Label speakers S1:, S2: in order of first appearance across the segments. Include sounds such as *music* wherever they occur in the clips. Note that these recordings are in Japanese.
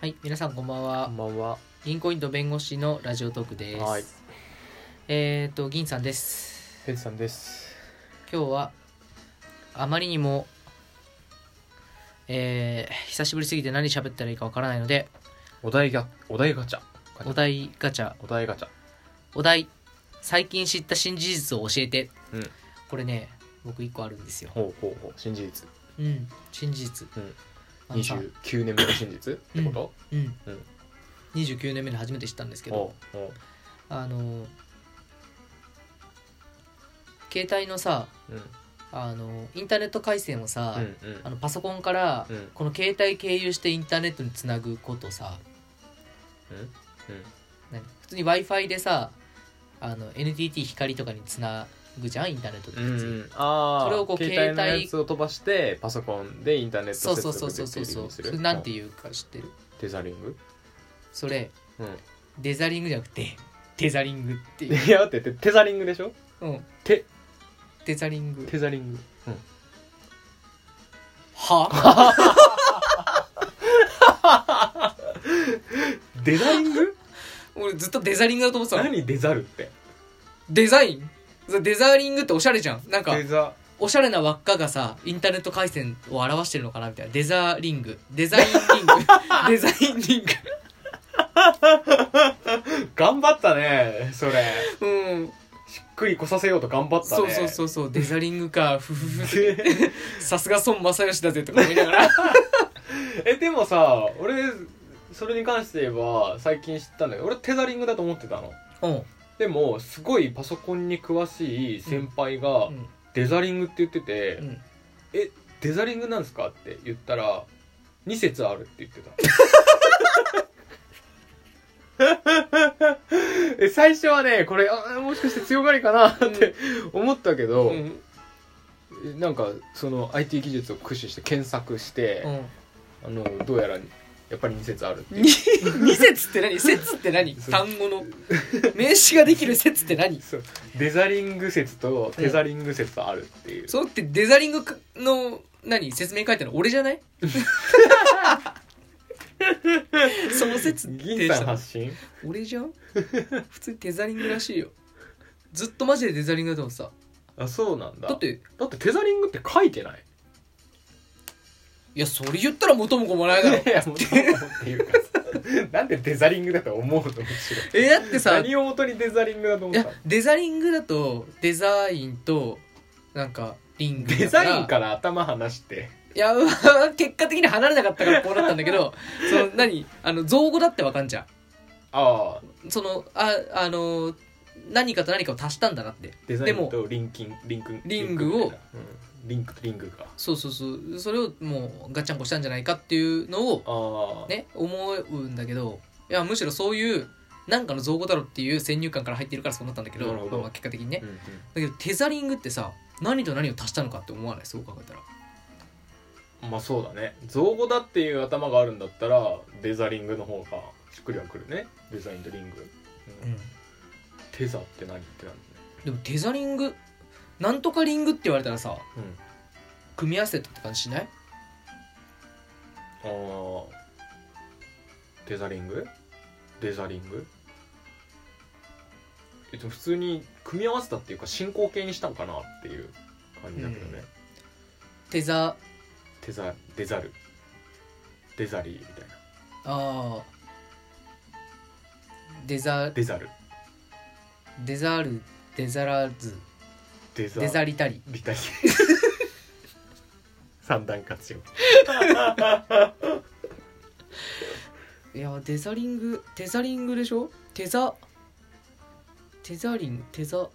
S1: はい、皆さんこんばん
S2: こ
S1: は
S2: ん。ばんは。
S1: 銀行員と弁護士のラジオトークです。
S2: はい
S1: えっ、と銀さんです。
S2: ヘルさんです。
S1: 今日はあまりにも、えー久しぶりすぎて何喋ったらいいかわからないので、
S2: お題が、お題ガチャ。ガチャ
S1: お。題ガチャ、
S2: お題ガチャ。
S1: お題最近知った新事実を教えて。
S2: うん
S1: これね、僕一個あるんですよ。
S2: ほうほうほう。新事実。
S1: うん、新事実。
S2: うん
S1: あの
S2: 二
S1: さ
S2: 十九年目の真実ってこと？
S1: うん
S2: うん。
S1: 29年目で初めて知ったんですけど
S2: おうおう。
S1: あの携帯のさ
S2: うんうん
S1: あのインターネット回線をさ、
S2: うん
S1: あのパソコンから、
S2: うん
S1: この携帯経由してインターネットにつなぐことさ
S2: うんうん。
S1: 何普通に w i f i でさあの NTT 光とかにつなぐじゃんインターネットって
S2: うん
S1: 普通、
S2: うん、ああ
S1: それをこう
S2: 携帯の
S1: 携帯
S2: やつを飛ばしてパソコンでインターネッ
S1: そう
S2: ト接
S1: そう
S2: 続
S1: そう
S2: で
S1: そう
S2: き
S1: そ
S2: る
S1: うそうそ
S2: ようにする
S1: れなんていうか知ってる
S2: うんテザリング
S1: それ
S2: う
S1: デザリングじゃなくてテザリングって
S2: ん
S1: いう、
S2: いや待っててテザリングでしょ
S1: うん、
S2: テ
S1: デザリング
S2: テザリング、うん、
S1: は *laughs*
S2: デザリ
S1: *laughs*
S2: ング
S1: 俺ずっとデザリングだと思ってたの
S2: 何デザルって
S1: デザインそうデザリングっておしゃれじゃんなんか
S2: デザ
S1: おしゃれな輪っかがさインターネット回線を表してるのかなみたいなデザリングデザインリン *laughs* グデザインリン
S2: 頑張ったねそれ *laughs*
S1: グうん
S2: しっくりこさせようと頑張ったね
S1: そうそうそうそうデザリングかふふふさすが孫正義だぜとか思いながら
S2: *laughs* えでもさ俺それに関して言えば最近知ったんだけど俺テザリングだと思ってたの
S1: *laughs* うん
S2: でもすごいパソコンに詳しい先輩が
S1: うん
S2: デザリングって言ってて、
S1: うん
S2: えデザリングなんですかって言ったら2節あるって言ってた *laughs* え最初はねこれあもしかして強がりかなって思ったけど、
S1: うん
S2: なんかその IT 技術を駆使して検索して、あのどうやらやっぱり2節あるっていう
S1: *laughs* に二節って何節って何
S2: そう
S1: 単語の名詞ができる節って何
S2: そうデザリング説とテザリング説あるっていう、
S1: そうってデザリングの何説明書いてるの俺じゃない *laughs* その説
S2: 銀さん発信
S1: 俺じゃん普通にテザリングらしいよずっとマジでテザリングだと思ってさ
S2: あそうなんだ
S1: だって
S2: だってテザリングって書いてない
S1: いやそれ言ったら元も子もない
S2: *laughs*
S1: だろ
S2: いやもうそうっていうかさなんでデザリングだと思うのむしろ
S1: えだってさい
S2: 何をもとにデザリングだと思っ
S1: や
S2: たの
S1: デザリングだとデザインとなんかリングだ
S2: デ
S1: か
S2: ザ
S1: ら
S2: インから頭離して
S1: いやうわ結果的に離れなかったからこうなったんだけ
S2: *laughs*
S1: どその何あの造語だってわかんじゃ
S2: ああ
S1: んそのああの何かと何かを足したんだなって
S2: デザ
S1: で
S2: イン
S1: も
S2: とリンキンリンク
S1: リングを
S2: みたいなうんリンクとリングか
S1: そうそうそうそれをもうガッチャンコしたんじゃないかっていうのを
S2: ああ、
S1: ね、思うんだけどいやむしろそういうなんかの造語だろっていう先入観から入ってるからそうなったんだけど
S2: なるほど
S1: まあまあ結果的にね、
S2: うんうん
S1: だけどテザリングってさ何と何を足したのかって思わないそう考えたら
S2: まあそうだね造語だっていう頭があるんだったらデザリングの方がしっくりはくるねデザインとリング、うんテザって何ってなる
S1: でもテザリングなんとかリングって言われたらさ
S2: ね
S1: 組み合わせたって感じしない
S2: うんああデザリングデザリングえっと普通に組み合わせたっていうか進行形にしたんかなっていう感じだけどね、
S1: うテザ
S2: テザデザルデザリーみたいな
S1: あーデザ
S2: デザル
S1: デザルデザラズ
S2: デザ
S1: デザリタリ
S2: リタイ *laughs* 三段活用
S1: いやデザリングテザリングでしょテザテザリングテザ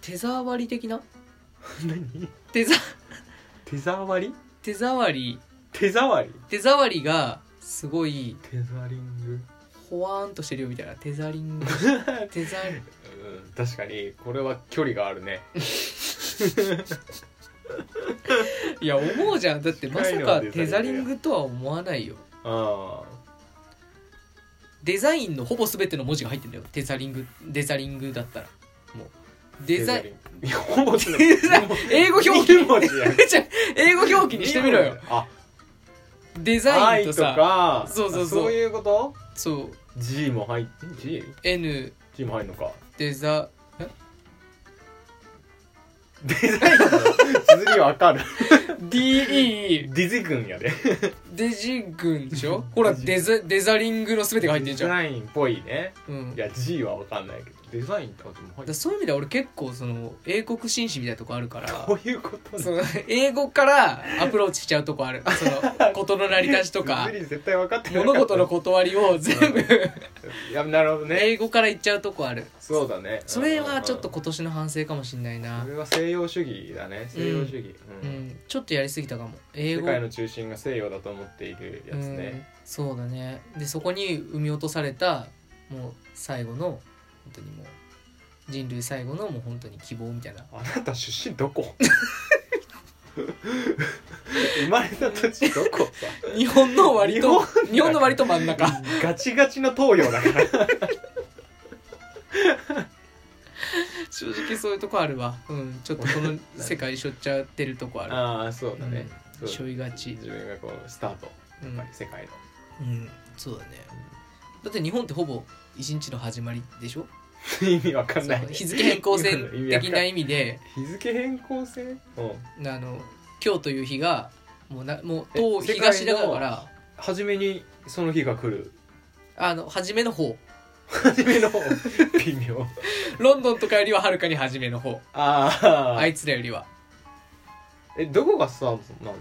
S1: テザ割り的な
S2: 何
S1: 手ざ
S2: 手触り
S1: 手触り
S2: 手触り
S1: 手触りがすごい
S2: テザリング
S1: ほわーんとしてるよみたいなテザリングテザリン
S2: うん確かにこれは距離があるね
S1: いや思うじゃんだってまさ
S2: 近いのは
S1: か
S2: デザリン
S1: テザリング
S2: グ
S1: とは思わないよ
S2: あ
S1: デザインのほぼ全ての文字が入ってんだよテザリングデザリングだったらもうデザイン
S2: ンいやほぼつな
S1: デザイン英語表記
S2: 二文字やん
S1: じゃあ英語表記にしてみろよ
S2: あ
S1: デザイ
S2: 愛
S1: ンと
S2: と
S1: さ
S2: か
S1: そうそうそう
S2: あいうこと
S1: そう
S2: G も入って G?G
S1: N
S2: も入るの *laughs* か
S1: デザ
S2: デザインの綴りわかる
S1: DE
S2: ディズ軍やで
S1: デジ軍でしょほらデザデザリングの全てが入ってんじ
S2: デ
S1: ゃん、
S2: ザインっぽいね
S1: うん、
S2: いや G はわかんないけどデザインってことも入
S1: だ
S2: っ
S1: *laughs*
S2: て
S1: そういう意味では俺結構その英国紳士みたいなとこある
S2: *laughs*
S1: から
S2: こういうこと
S1: その英語からアプローチしちゃうとこあ
S2: *laughs*
S1: るその事の成り立ちとか
S2: 綴り絶対分かってなか
S1: 物
S2: った
S1: 事の断りを全部
S2: *laughs* いやなるほどね
S1: 英語から言っちゃうとこある
S2: そうだね
S1: それはちょっと今年の反省かもしんないな
S2: これは西洋主義だね西洋主義、
S1: う
S2: うん
S1: んちょっとやりすぎたかも英
S2: 世
S1: 語
S2: 界の中心が西洋だと思っているやつ
S1: うん
S2: ね、
S1: そうだねでそこに産み落とされたもう最後の本当にもう人類最後のもう本当に希望みたいな
S2: あなた出身どこ *laughs* 生まれた土地どこさ
S1: 日本の割と
S2: 日本
S1: 日本の割と真ん中
S2: ガチガチの東洋だから
S1: *laughs* 正直そういうとこあるわうんちょっとこの世界しょっちゃってるとこある
S2: ああそうだね、
S1: う
S2: そ
S1: ん
S2: う
S1: しょいがち
S2: 自分がこうスタート
S1: う
S2: やっ
S1: ん
S2: ぱり世界の、
S1: うんそうだねだって日本ってほぼ一日の始まりでしょ
S2: 意味わかんない
S1: その日付変更線的な *laughs*
S2: 意
S1: 意味で
S2: 味わかんない日付変更線うん
S1: あの今日という日がもうなもう
S2: え
S1: 東
S2: 世界の
S1: 東だから
S2: 初めにその日が来る
S1: あの初めの方
S2: 初めの微妙
S1: ロンドンとかよりははるかに初めの方
S2: あ
S1: あ
S2: あ
S1: いつらよりは
S2: えどこがスタートなの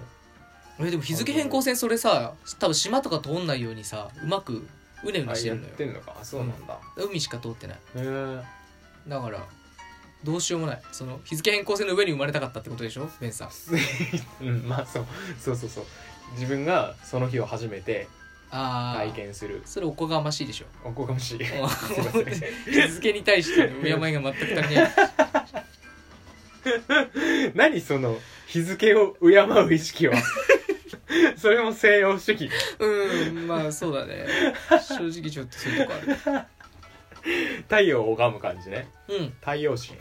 S1: えでも日付変更線それさ多分島とか通んないようにさうまくうねうねして
S2: や
S1: る
S2: っ
S1: のよ
S2: てんのかあそうなんだ、
S1: 海しか通ってない
S2: へ
S1: だからどうしようもないその日付変更線の上に生まれたかったってことでしょベンさん
S2: えうんまあそうそうそうそう自分がその日を初めて
S1: ああ
S2: 体験する
S1: それおこがましいでしょ
S2: おこがましいすいません
S1: 日付に対しての敬いが全く足り
S2: *laughs*
S1: ない
S2: 何その日付を敬う
S1: *laughs*
S2: 意識はそれも西洋主義
S1: うんまあそうだね正直ちょっとそういうとこある
S2: 太陽を拝む感じね
S1: うん
S2: 太陽神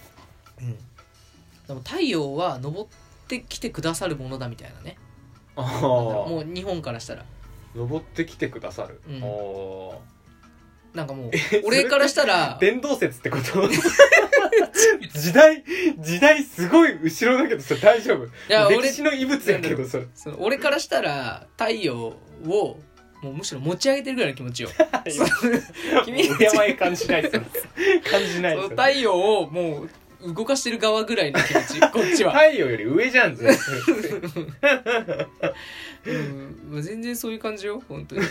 S1: でも太陽は昇ってきてくださるものだみたいなね
S2: あ
S1: も
S2: あ
S1: う日本からしたら
S2: 登ってきてくださる、
S1: うん
S2: おー
S1: なんかもう *laughs* 俺からしたら
S2: 伝道説ってこ
S1: *laughs*
S2: と時代時代すごい後ろだけどそれ大丈夫
S1: いや俺
S2: 歴史の遺物やけどそれ
S1: その俺からしたら太陽をもうむしろ持ち上げてるぐらいの気持ちよその君
S2: 君やばい感じないですよ感じない
S1: その
S2: ですよ
S1: 太陽をもう動かしてる側ぐらいの気持 *laughs* ちこっちは、
S2: 太陽より上じゃんず
S1: *laughs*
S2: っと
S1: うんまあ、全然そういう感じよ本当に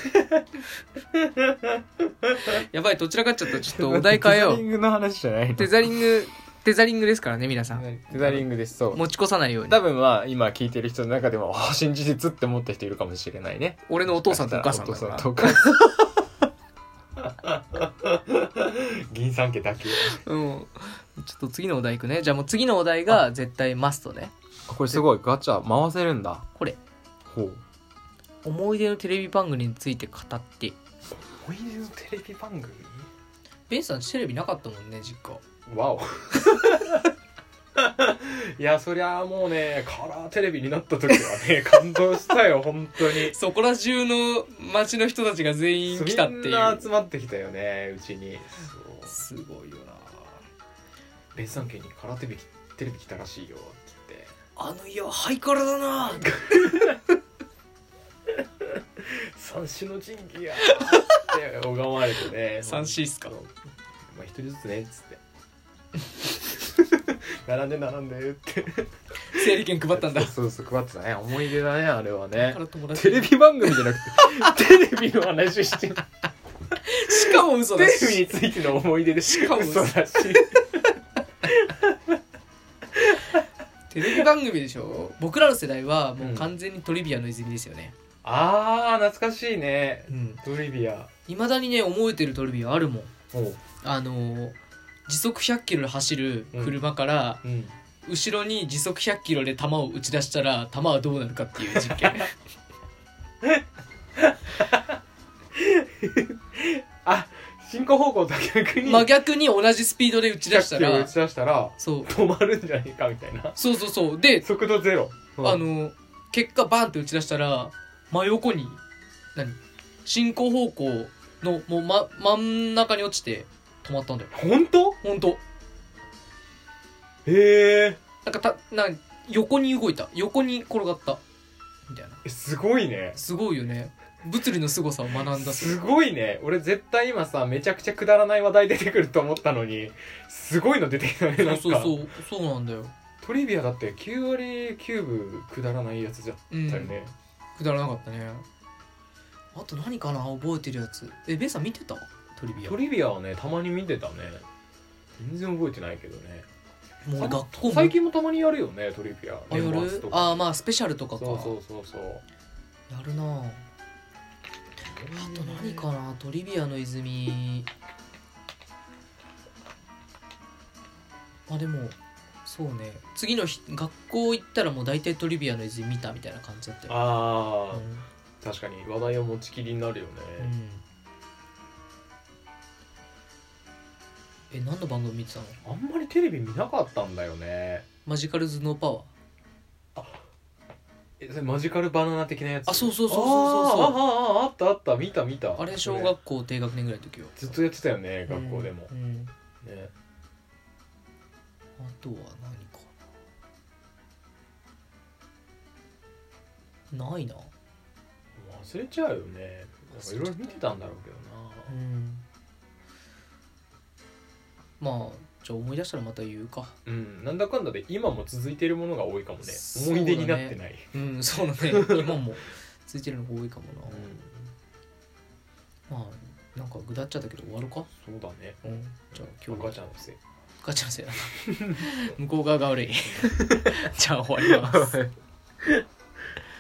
S1: *laughs* やばいどちらかっちゃったちょっとお題変えよ
S2: テザリ
S1: う
S2: ングの話じゃないの
S1: テザリングテザリングですからね皆さん
S2: テザリングですそう
S1: 持ち越さないように
S2: 多分まあ今聞いてる人の中でもあ新事実って思った人いるかもしれないね
S1: 俺のお
S2: お
S1: 父さんとお母さんだか
S2: お
S1: ら
S2: 父さんとお母さん *laughs* 銀三家だけ
S1: うんちょっと次のお題いくねじゃあもう次のお題が絶対マストね
S2: これすごいガチャ回せるんだ
S1: これ
S2: ほう
S1: 思い出のテレビ番組について語って
S2: 思い出のテレビ番組
S1: ベンさんテレビなかったもんね実家
S2: わおいやそりゃもうねカラーテレビになった時は
S1: *laughs*
S2: ね感動したよ本当に
S1: そこら中の町の人たちが全員来たって
S2: みん
S1: い
S2: な
S1: う
S2: 集まってきたよねうちにそう
S1: すごいよな
S2: 別産家にカラーテレビテレビ来たらしいよって言って
S1: あの家はハイカラだな
S2: 三種の神器やーって拝まれてね
S1: *laughs* 三種っすか
S2: そうまあ一人ずつねっつって *laughs* 並んで並んでって
S1: 整理券配ったんだだ
S2: そうそう配ってたね思い出だねあれはね
S1: から友達
S2: *laughs* テレビ番組じゃなく *laughs* てテレビの話してる
S1: しかも嘘
S2: テ
S1: だ
S2: レビ
S1: し
S2: についての思い出でし
S1: かも
S2: 嘘だし
S1: テレビ番組でしょ僕らの世代はもう完全にトリビアの泉ですよね
S2: あー懐かしいね
S1: うん
S2: トリビア
S1: いまだにね思えてるトリビアあるもん
S2: おう、
S1: あのー時速100キロで走る車から、
S2: うん、
S1: 後ろに時速100キロで弾を打ち出したら弾はどうなるかっていう
S2: *laughs*
S1: 実験
S2: あ進行方向と逆に
S1: 真逆に同じスピードで打ち出し
S2: 100
S1: た
S2: キロ打
S1: ら
S2: ち出したら
S1: そう
S2: 止まるんじゃないかみたいな
S1: そうそうそうで、
S2: 速度ゼロ、うん
S1: あの結果バンって打ち出したら真横に何進行方向のもう、ま、真ん中に落ちて止まったんだよ
S2: 本当
S1: 本当
S2: へえ
S1: なんかたなん横に動いた横に転がったみたいな
S2: すごいね
S1: すごいよね物理の凄さを学んだそれ
S2: すごいね俺絶対今さめちゃくちゃくだらない話題出てくると思ったのにすごいの出てきたねなんか
S1: そうそうそうそうなんだよ、
S2: トリビアだって9割9分くだらないやつじゃっ
S1: うん、
S2: たよね、
S1: くだらなかったねあと何かな覚えてるやつえベンさん見てたトリビア
S2: ト
S1: もう
S2: リビアはねたまに見てたね全然覚えてないけどね
S1: 俺
S2: さ
S1: 学校
S2: 最近もたまにやるよねトリビア
S1: あや
S2: 年末
S1: る
S2: とか
S1: あーまあスペシャルとかか
S2: そうそうそうそう
S1: やるなああと何かなトリビアの泉まあでもそうね次の日学校行ったらもう大体トリビアの泉見たみたいな感じだったよ、
S2: あ
S1: う
S2: ー、
S1: ん
S2: 確かに話題を持ちきりになるよね、
S1: うんえ何の番組見てたの
S2: あんまりテレビ見なかったんだよね
S1: マジカルズノーパワー
S2: えそれマジカルバナナ的なやつ
S1: あそうそうそうそうそうそう
S2: あーあーあーあったあった見た見た
S1: あれ小学校低学年ぐらいの時よ
S2: ずっとやってたよね学校でも、
S1: うんうん
S2: ね
S1: あとは何かなないな
S2: 忘れちゃうよねなんかいろいろ見てたんだろうけど
S1: う
S2: なん
S1: まあじゃあ思い出したらまた言うか
S2: うんなんだかんだで今も続いているものが多いかもね
S1: そうだ
S2: 思
S1: ね
S2: い出になってない、
S1: *laughs* うんそうだね今もついてるのが多いかもな、まあなんかぐだっちゃったけど終わるか
S2: そうだね
S1: うんじゃあ今日
S2: 赤ちゃんのせい
S1: ガチャの *laughs* *laughs* せいだな向こう側が悪いじゃあ終わります